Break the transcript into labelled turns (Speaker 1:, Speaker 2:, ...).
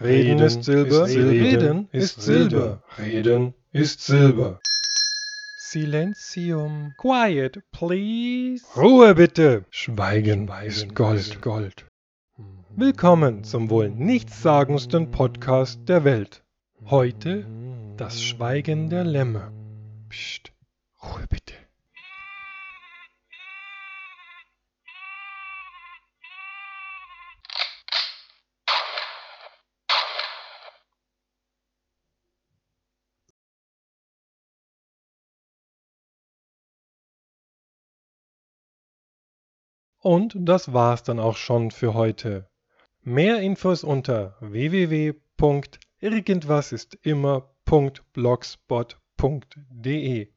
Speaker 1: Reden ist Silber, Reden ist Silber, Reden ist Silber.
Speaker 2: Silenzium. Quiet, please.
Speaker 1: Ruhe bitte! Schweigen ist Gold, Gold. Willkommen zum wohl nichtssagendsten Podcast der Welt. Heute das Schweigen der Lämme. Psst, Ruhe bitte. Und das war's dann auch schon für heute. Mehr Infos unter www.irgendwasistimmer.blogspot.de